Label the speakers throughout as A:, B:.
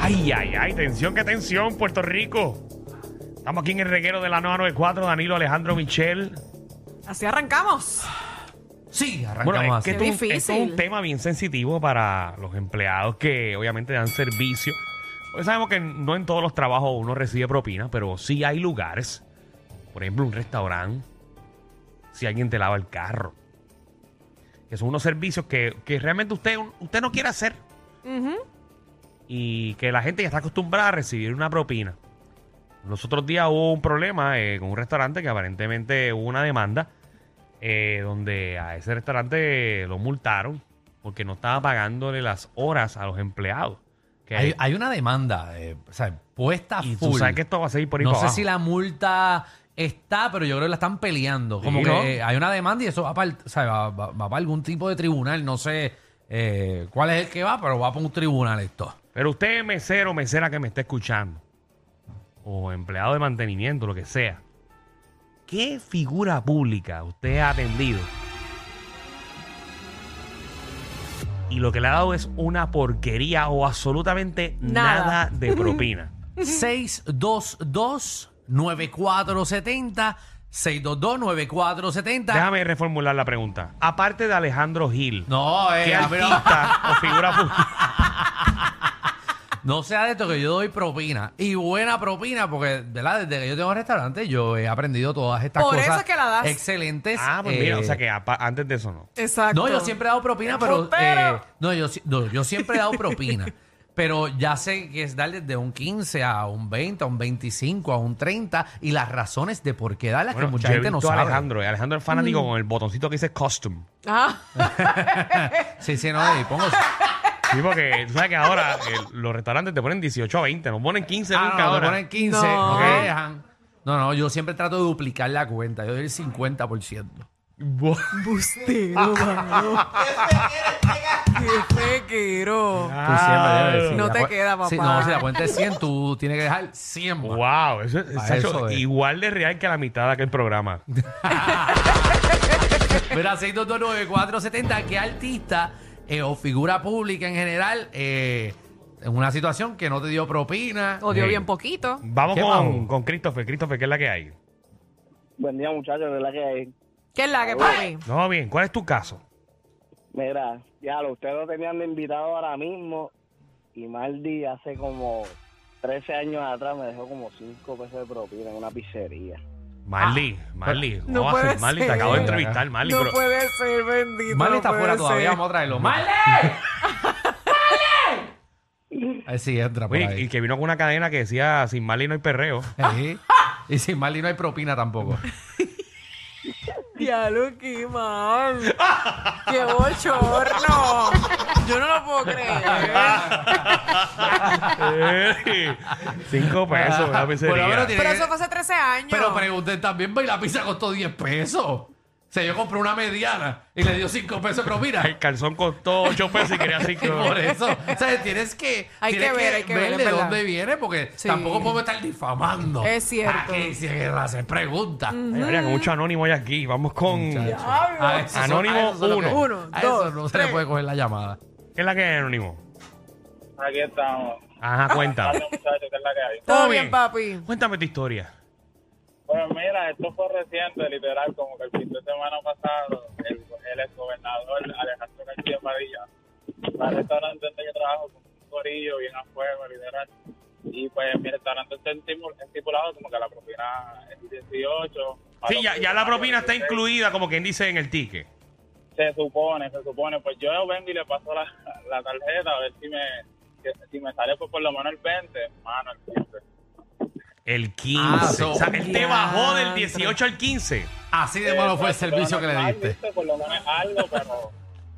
A: Ay, ay, ay, tensión, qué tensión, Puerto Rico. Estamos aquí en el reguero de la 994, Danilo Alejandro Michel.
B: Así arrancamos.
C: Sí, arrancamos
A: Bueno, es
C: así.
A: que esto
B: Qué
A: es, un, esto es un
B: difícil.
A: tema bien sensitivo para los empleados que obviamente dan servicio. Hoy sabemos que no en todos los trabajos uno recibe propina, pero sí hay lugares, por ejemplo, un restaurante, si alguien te lava el carro, que son unos servicios que, que realmente usted, usted no quiere hacer y que la gente ya está acostumbrada a recibir una propina. Los otros días hubo un problema eh, con un restaurante que aparentemente hubo una demanda eh, donde a ese restaurante lo multaron porque no estaba pagándole las horas a los empleados. Que-
C: Hay, hay una demanda, eh, o sea, puesta
A: y
C: full.
A: tú sabes que esto va a seguir por ahí
C: no sé
A: para abajo.
C: si la multa está, pero yo creo que la están peleando. Como
A: Sí,
C: que
A: ¿no?
C: eh, hay una demanda y eso va para, el- o sea, va, va- va para algún tipo de tribunal. No sé eh, cuál es el que va, pero va para un tribunal esto.
A: Pero usted, mesero, mesera que me está escuchando, o empleado de mantenimiento, lo que sea, ¿qué figura pública usted ha atendido? Y lo que le ha dado es una porquería o absolutamente nada,
B: Nada.
A: de propina.
C: 622-9470. 622-9470.
A: Déjame reformular la pregunta. Aparte de Alejandro Gil,
C: No, eh,
A: ¿qué
C: pero-
A: artista o figura pública?
C: No sea de esto que yo doy propina. Y buena propina, porque, ¿verdad? Desde que yo tengo restaurante, yo he aprendido todas estas
B: Por eso
C: cosas.
B: es que la das.
C: Excelentes.
A: Ah, pues mira,
C: eh,
A: o sea que apa- antes de eso no.
B: Exacto.
C: No, yo siempre he dado propina, pero.
B: ¡Embustero!
C: eh, no, yo, si- no, yo siempre he dado propina. pero ya sé que es darle de un 15 a un 20, a un 25, a un 30. Y las razones de por qué darlas,
A: Bueno,
C: que mucha
A: yo he
C: gente no
A: visto a
C: sabe.
A: Alejandro, eh, Alejandro es fanático con el botoncito que dice custom.
B: Ah,
C: Sí, sí, no, y pongo.
A: Sí, porque tú sabes que ahora eh, los restaurantes te ponen 18 a 20, no ponen 15
C: Ah,
A: nunca
C: no,
A: ahora.
C: te ponen 15.
B: No.
C: No. te dejan. no, no, yo siempre trato de duplicar la cuenta. Yo doy el 50%.
A: Bu-
B: bustero,
C: Ah.
B: mano. Qué fequero.
C: Tú siempre debes
A: Ah,
C: decir,
B: No
C: la
B: te
C: cuen-
B: queda, papá.
C: Si, no, si la cuenta es 100, tú tienes que dejar 100. más.
A: Wow, eso, es-
C: Pa'
A: Sacho,
C: eso es.
A: igual de real que la mitad de aquel programa.
C: Mira, 6229470, ¿qué artista eh, o figura pública en general eh, en una situación que no te dio propina?
B: O dio
A: Sí.
B: bien poquito.
A: Vamos
C: ¿Qué
A: con,
C: vamos?
A: con Christopher. Christopher, ¿qué es la que hay?
D: Buen día, muchachos, de la que hay.
B: ¿Qué es la que papi?
A: No, bien, ¿cuál es tu caso?
D: Mira, ya lo, ustedes lo tenían de invitado ahora mismo y Maldi hace como 13 años atrás me dejó como 5 pesos de propina en una pizzería.
A: Marley,
C: Ah,
A: Marley.
B: No
A: ¿cómo vas a hacer?
B: puede
A: Marley, te
B: ser.
A: acabo de entrevistar, Marley.
B: no
A: pero-
B: puede ser, bendito.
C: Marley
B: no
C: está
B: puede
C: fuera
B: ser.
C: todavía, vamos a traerlo. ¡Marley! ¡Marley! Ahí sí, entra por
A: Oye, y
C: ahí.
A: que vino con una cadena que decía, sin Marley no hay perreo.
C: Ahí. Y sin Marley no hay propina tampoco.
B: Ya lo que mal. Qué bochorno. Yo no lo puedo creer.
A: Ey, Cinco pesos, una
C: Ah, Por lo
A: pizzería.
C: menos tiene
B: Pero
C: que-
B: eso fue hace 13 años.
C: Pero pregunten también, ¿y la pizza costó 10 pesos? O sea, yo compré una mediana y le dio 5 pesos de propina.
A: El calzón costó 8 pesos y quería
C: Y
A: 5.
C: Por eso, o sea, tienes que,
B: Hay
C: tienes
B: que ver, hay que ver, es
C: de
B: verdad.
C: dónde viene, porque
B: Sí.
C: tampoco podemos estar difamando.
B: Es cierto. Mm.
C: Ah, que si hay que hacer preguntas.
A: Ay, María, con mucho anónimo hoy aquí. Vamos con. ¿Qué
B: Diablo.
C: A eso-
A: Anónimo
C: a eso es lo que-
A: uno.
B: Uno,
C: A eso
B: dos,
C: no se
B: tres.
C: le puede coger la llamada.
A: es la que hay, anónimo?
D: Aquí estamos.
A: Ajá, cuéntame.
D: muchachos, que es la que hay.
B: Todo
A: todo
B: bien,
A: bien.
B: papi.
A: Cuéntame tu historia.
D: Bueno, mira, esto fue reciente, literal, como que el fin de semana pasado, el, el exgobernador Alejandro García Padilla, va al restaurante donde yo trabajo con un corillo bien a fuego, literal. Y pues mi restaurante está estimu- estipulado como que la propina es 18.
A: Sí, ya, ya la propina está
D: incluida
A: incluida, como quien dice, en el ticket.
D: Se supone, se supone. Pues yo vengo y le paso la, la tarjeta a ver si me, que- si me sale pues, por lo menos el 20. Mano, el 15.
A: El 15.
C: Ah, so-
A: o sea, él te
B: Diantre.
A: bajó del 18 al 15.
C: Así de malo fue el
D: Por lo
C: servicio que
D: menos
C: le
D: algo,
C: diste.
D: viste, Por lo menos algo, pero,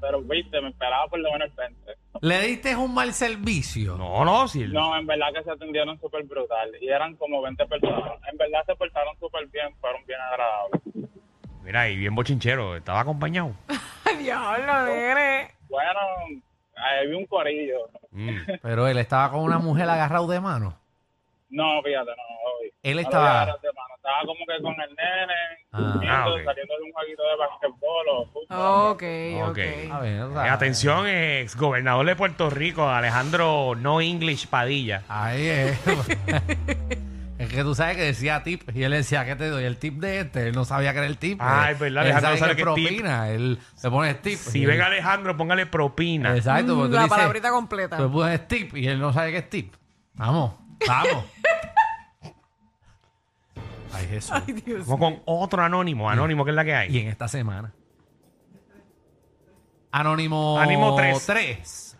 D: pero viste, me esperaba por lo menos el 20.
C: Le diste un mal servicio.
A: No, no, sí.
D: No, en verdad que se atendieron súper brutal y eran como 20 personas. En verdad se portaron súper bien, fueron bien agradables.
A: Mira, y bien bochinchero, estaba acompañado.
B: Diablo, nene.
D: Bueno, ahí vi un corillo.
A: Mm.
C: Pero él estaba con una mujer agarrado de mano.
D: No, fíjate, no. hoy.
C: Él
D: No lo
C: estaba-
D: voy a agarrar de mano, estaba como que con el nene,
C: Ah,
D: viendo,
A: ok.
D: saliendo de un jueguito de basquetbol o fútbol.
B: Ok,
A: Ok.
B: ok.
C: A ver,
A: Eh, atención, ex gobernador de Puerto Rico, Alejandro No English Padilla.
C: Ahí es. es que tú sabes que decía tip y él decía que te doy el tip de este. Él no sabía que era el tip.
A: Ah, es verdad,
C: Él
A: Alejandro
C: sabe
A: sabe
C: que
A: que es tip.
C: propina. Él se pone tip.
A: Si
C: Y-
A: ven a Alejandro, póngale propina.
C: Exacto, porque tú
B: Mm, La
C: dices,
B: palabrita completa.
C: Tú le pones tip y él no sabe qué es tip. Vamos, vamos. Ay, Jesús.
B: Ay, Dios.
A: Vamos con otro anónimo, anónimo, que es la que
C: Y
A: hay.
C: en esta semana. Anónimo
A: Anónimo tres.
C: 3.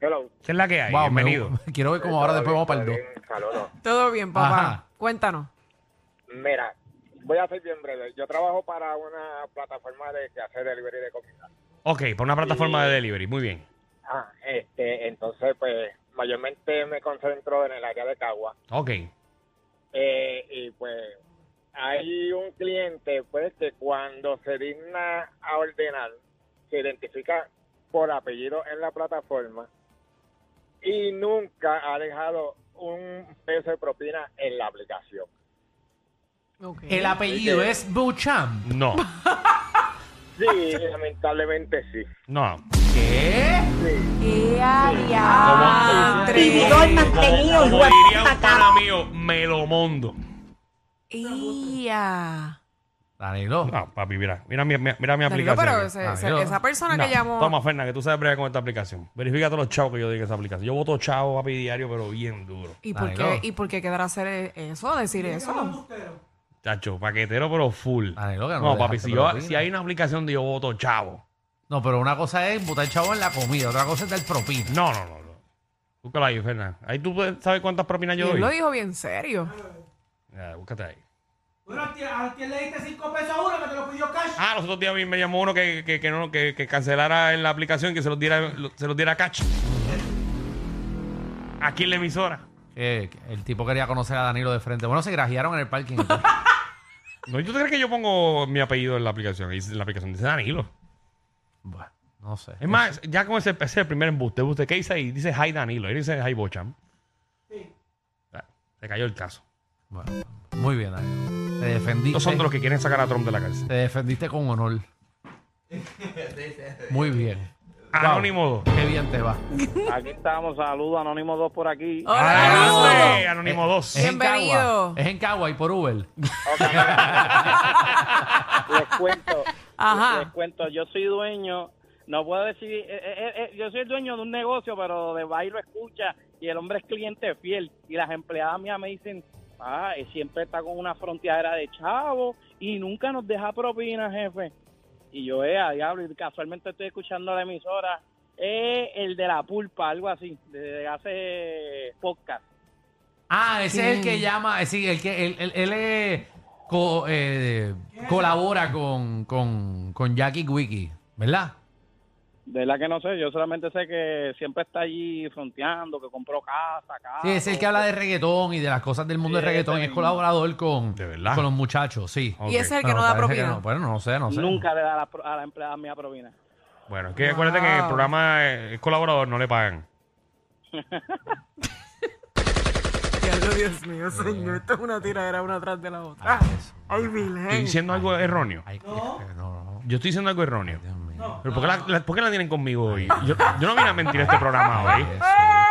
D: Hello.
A: ¿Qué es la que hay? Bienvenido.
C: Quiero ver cómo ahora después vamos para el 2.
B: Todo bien, papá.
C: Ajá.
B: Cuéntanos.
D: Mira, voy a ser bien breve. Yo trabajo para una plataforma de que hace delivery de comida.
A: Ok, por una plataforma de delivery, muy bien.
D: Ah, este, entonces, pues, mayormente me concentro en el área de Cagua.
A: Ok.
D: Eh, y pues, hay un cliente, pues, que cuando se digna a ordenar, se identifica por apellido en la plataforma y nunca ha dejado un peso de propina en la aplicación.
B: Ok.
C: El apellido es Buchamp.
A: No,
D: Sí, lamentablemente sí.
A: no.
C: ¿Qué?
B: Ah,
A: Como-
B: tres.
E: Todo el mantenido,
A: Como
E: hijo de
A: diría un
E: puta,
A: pana mío, me lo mondo.
B: Ia.
C: Danilo.
A: No, Ah, papi, mira, mira, mi- mira, mi
B: Danilo,
A: aplicación.
B: pero
A: aquí.
B: ese-
C: Ah,
B: ese-
C: yo-
B: esa persona
A: No,
B: que llamó.
A: Toma, Fernández, que tú sabes bregar con esta aplicación. Verifica todos los chavos que yo diga esa aplicación. Yo voto chavo, papi, diario, pero bien duro.
B: ¿Y por,
C: Danilo.
B: qué, ¿Y por qué quedará hacer eso? Decir eso.
A: Chacho, paquetero, pero full.
C: Danilo, que Ah, no
A: no,
C: le
A: papi,
C: dejaste
A: si, yo-
C: propina.
A: si hay una aplicación de yo voto chavo.
C: No, pero una cosa es botar chavo en la comida, otra cosa es dar propina.
A: No, no, no. no. Búscala ahí, Fernández. Ahí tú puedes- sabes cuántas propinas
B: Y
A: yo
B: él lo
A: doy.
B: dijo bien serio.
A: Ah, búscate ahí.
F: Bueno, a ti, a ti le diste 5 pesos a uno que te lo pidió cash.
A: Ah, los otros días a mí me llamó uno que, que, que no, que, que cancelara en la aplicación que se los diera, lo- se los diera cacho. Aquí en la emisora.
C: Eh, el tipo quería conocer a Danilo de frente. Bueno, se grajearon en el parking.
A: No, ¿y ¿tú crees que yo pongo mi apellido en la aplicación? Y dice- la aplicación dice Danilo.
C: bueno, no sé.
A: Es más, ya con ese, ese es el primer embuste. ¿Usted qué dice ahí? Dice Hi Danilo. Él dice Hi Bocham. Sí. Se cayó el caso.
C: Bueno, muy bien, Danilo. Te defendiste.
A: Estos son de los que quieren sacar a Trump de la cárcel.
C: Te defendiste con honor. Muy bien.
A: Anónimo 2.
C: Qué bien te va.
D: Aquí estamos, saludos, Anónimo 2 por aquí.
B: Hola,
C: Anónimo.
B: Danilo.
C: Anónimo.
A: Anónimo Eh, 2.
C: Es en Cagua.
B: Bienvenido.
C: Es en Cagua y por Uber.
D: les cuento.
B: Ajá.
D: Les cuento, yo soy dueño, no puedo decir, eh, eh, eh, yo soy el dueño de un negocio, pero de bailo escucha y el hombre es cliente fiel y las empleadas mías me dicen, ah, él siempre está con una frontera de chavo y nunca nos deja propina, jefe. Y yo, eh, a diablo, y casualmente estoy escuchando la emisora, eh, el de la pulpa, algo así, desde hace podcast.
C: Ah, ese es el que
B: Sí.
C: llama. eh, Sí, el que. Él, él- él, eh, co- eh, colabora con, con, con Jackie Wiki, ¿verdad?
D: De la que no sé, yo solamente sé que siempre está allí fronteando, que compró casa, casa.
C: Sí, es el que habla de reggaetón y de las cosas del mundo
D: Sí,
C: del reggaetón.
D: ese
C: Es
D: mismo.
C: colaborador con,
A: ¿De verdad?
C: con los muchachos, sí.
A: Ok.
B: Y ese es el que
C: Pero
B: no da
C: parece
B: propina.
C: no. Bueno, no sé, no sé.
D: Nunca le da a la, pro- a la empleada mía propina.
A: Bueno, es que acuérdate que el
B: Wow. Mm.
A: programa eh, es colaborador, no le pagan.
B: Diablo, Dios mío, señor. Esto es una tiradera una atrás de la otra.
C: Jesús.
B: Ay,
A: Estoy
B: virgen.
A: diciendo algo erróneo.
C: Ay, no. no, no.
A: Yo estoy diciendo algo erróneo.
C: Dios mío.
A: ¿Pero por qué la, la- por qué la tienen conmigo hoy? Yo, yo no vine a mentir este programa hoy.
C: Jesús.
B: ¡Ah!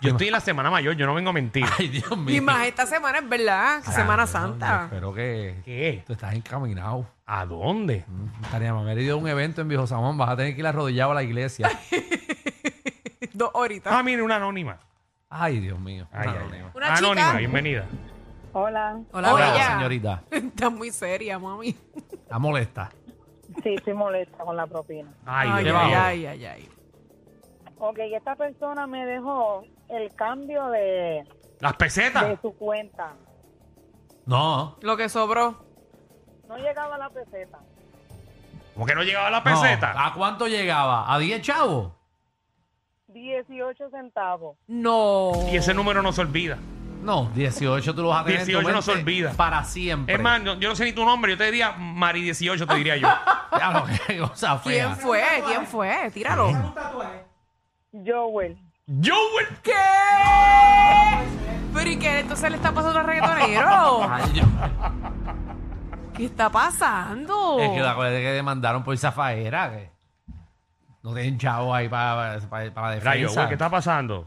A: Yo estoy en la semana mayor, yo no vengo a mentir.
C: Ay, Dios mío.
B: Y más esta semana es verdad, Semana Santa.
C: Espero que
A: ¿Qué?
C: tú estás encaminado.
A: ¿A dónde?
C: Tania Mamera dio un evento en Viejo Samón. Vas a tener que ir arrodillado a la iglesia.
B: Dos horitas.
A: Ah, mire, una anónima.
C: Ay, Dios mío.
A: Ay, ay,
C: Anónimo.
A: ay.
B: Una chica.
A: anónima, bienvenida.
G: Hola,
B: Hola,
C: Hola,
B: bella.
C: señorita.
B: Estás muy seria, mami.
C: Está molesta.
G: sí, estoy molesta con la propina.
A: Ay,
B: ay,
A: Dios
C: va.
A: mío.
B: ay, ay, ay.
G: Ok, esta persona me dejó el cambio de,
A: Las
G: de
A: pesetas.
G: su cuenta.
C: No.
B: Lo que sobró.
G: No llegaba a la peseta.
A: ¿Cómo que no llegaba la
C: no. Ah.
A: peseta?
C: ¿A cuánto llegaba? ¿A 10 chavos?
G: 18 centavos.
B: No.
A: Y ese número no se olvida.
C: No, 18 tú lo vas a tener. en tu
A: 18 no se
C: mente
A: olvida.
C: Para siempre.
A: Es más, no- yo no sé ni tu nombre, yo te diría Mari18, te diría yo.
C: Diablo, qué cosa
B: ¿Quién
C: fea.
B: fue? ¿Quién fue? Tíralo.
F: Un tatuaje.
G: Joel.
A: Joel.
B: ¿Qué? Pero ¿y qué? Entonces se le está pasando al reggaetonero?
C: Ay, yo-
B: ¿Qué está pasando?
C: es que la cosa es que demandaron por zafaera. Que no tienen chavo ahí para para
A: Mira, yo,
C: defensa.
A: güey, ¿qué está pasando?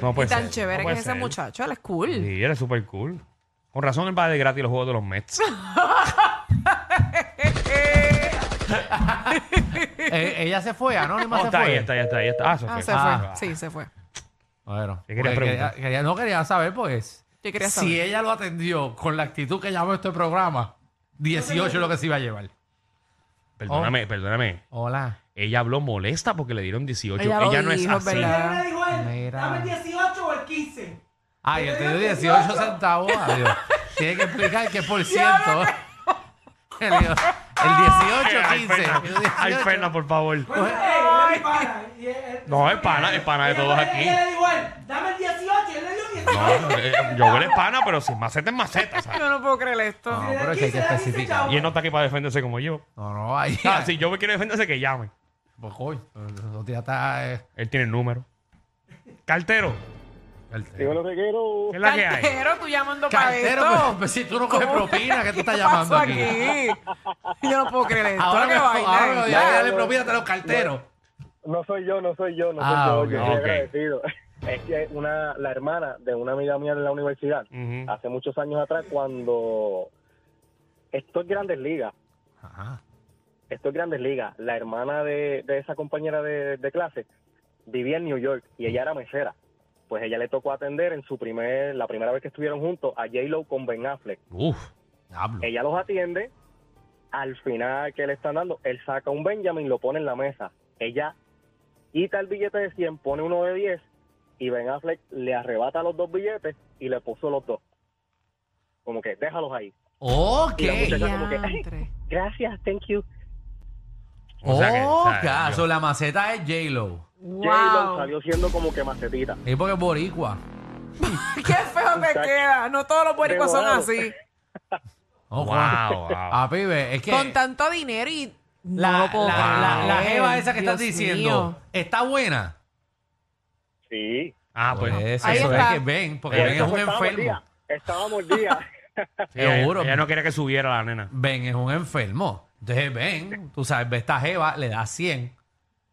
A: No
B: Y
A: puede ser.
B: tan chévere
A: no
B: que
A: puede
B: es ese
A: ser.
B: muchacho, él es cool.
A: Sí, él es súper cool. Con razón él va de gratis los juegos de los Mets.
C: Eh, ella se fue, anónima
A: No,
C: se
A: Oh, está ahí,
C: fue.
A: está ahí, está ahí. está- Ah, se
B: Ah,
A: fue.
B: se
C: Ah.
B: fue. Sí, se fue.
C: Bueno,
A: ¿Qué querías
C: porque
A: preguntar?
C: quería- quería- no quería saber, pues.
B: ¿Qué querías
C: Si
B: saber?
C: ella lo atendió con la actitud que llamó este programa, 18 es lo que se iba a llevar.
A: Perdóname, perdóname.
C: Hola.
A: Ella habló molesta porque le dieron 18.
B: Ella
A: Ella,
B: lo
A: no es
B: dijo,
A: así.
B: ¿verdad?
F: Pero le dijo él,
C: Mira.
F: dame el 18 o el 15.
C: Ay, yo te dio
F: dio
C: 18
F: 18.
C: centavos. Adiós. Tiene que explicar qué por ciento. El el 18,
A: Ay,
C: 15.
A: Fernan,
C: el
A: Ay,
C: 18.
A: Fernan, por favor.
F: Pues, eh, era mi pana, y él- él-
A: No, es pana, es pana de
F: ella-
A: todos
F: ella-
A: aquí.
F: Ella le dijo él, dame el 18, y él le dio 18.
A: No, eh, yo huele pana, pero sin maceta es maceta, ¿sabes?
B: Yo no puedo creer esto.
C: No,
F: Y le da
C: pero es que hay que
F: 15, le da 15,
C: especificar.
F: chao.
A: Y él no está aquí para defenderse como yo.
C: No, no, ahí.
A: Ah, si yo quiero defenderse, que llame.
C: Pues, coño, eso ya está. eh,
A: Él tiene el número. Cartero,
H: Digo lo que quiero.
A: ¿qué es la que hay?
B: Cartero, tú llamando para
C: Cartero,
B: esto.
C: pues, si tú no coges propina, ¿qué tú estás llamando
B: pasó
C: aquí?
B: Yo no puedo creer esto.
C: Ahora
B: qué
C: me
B: vaina.
C: ahora me- ya
B: Ya.
C: dale propina a los carteros.
H: No soy yo, no soy yo, no
C: Ah,
H: soy yo.
A: ok.
H: Yo estoy
A: Ok.
H: agradecido. Es que una, la hermana de una amiga mía de la universidad,
A: Ujú.
H: hace muchos años atrás, cuando esto es Grandes Ligas,
C: Ajá.
H: esto es Grandes Ligas, la hermana de, de esa compañera de, de clase vivía en New York y ella era mesera. Pues ella le tocó atender en su primer, la primera vez que estuvieron juntos a J-Lo con Ben Affleck.
A: Uf.
C: Diablo.
H: Ella los atiende, al final que le están dando, él saca un Benjamin, lo pone en la mesa. Ella quita el billete de 100, pone uno de 10 y Ben Affleck le arrebata los dos billetes y le puso los dos. Como que déjalos ahí.
C: Ok.
H: Y la muchacha como que,
B: Diantre.
H: gracias, thank you.
A: O sea que, o
C: oh,
A: sea,
C: caso,
A: yo-
C: la maceta es J-Lo.
H: J-Lo
B: Wow.
H: salió siendo como que macetita.
C: Es porque es boricua.
B: Qué feo te queda. No todos los boricuas son
H: Revolado.
B: así.
C: Oh, Juan.
A: Wow, wow.
C: Ah, pibe, es que...
B: Con tanto dinero y no
C: La,
B: lo puedo
C: la- la- la
B: creer.
C: jeva esa que
B: Dios
C: estás diciendo
B: mío.
C: está buena.
H: Sí.
A: Ah, pues.
C: Por eso,
B: Ahí
C: eso es
B: está.
C: que ven, porque
H: Por
C: Ben es
H: eso
C: un
H: fue, estaba
C: enfermo.
H: mordida, Estaba mordida.
A: sí, ella-
C: seguro.
A: Ella no quería que subiera la nena.
C: Ben es un enfermo. Entonces Ben, tú sabes, ve esta jeva, le da 100.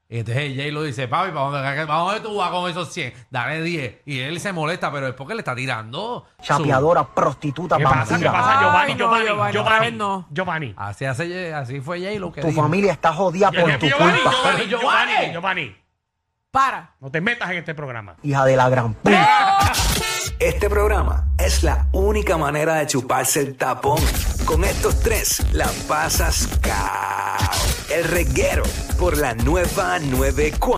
C: Y entonces Jay lo dice, papi, ¿para dónde, para dónde tú vas con esos 100? Dale 10. Y él se molesta, pero es porque le está tirando. su-
I: Chapeadora, prostituta,
A: ¿Qué pasa? ¿Qué
I: bandida.
A: pasa?
B: Ay,
A: Giovanni,
B: no,
A: Giovanni,
B: Giovanni, otra vez
A: Giovanni.
B: no.
A: Giovanni.
C: Así, hace, así fue Jay lo que
I: Tu
C: dijo.
I: familia está jodida por tu culpa.
A: Giovanni, Giovanni, Giovanni,
C: Giovanni.
A: Giovanni.
B: Para.
A: No te metas en este programa.
I: Hija de la gran puta.
J: Este programa es la única manera de chuparse el tapón. Con estos tres la pasas cao. El reguero por la nueva 94.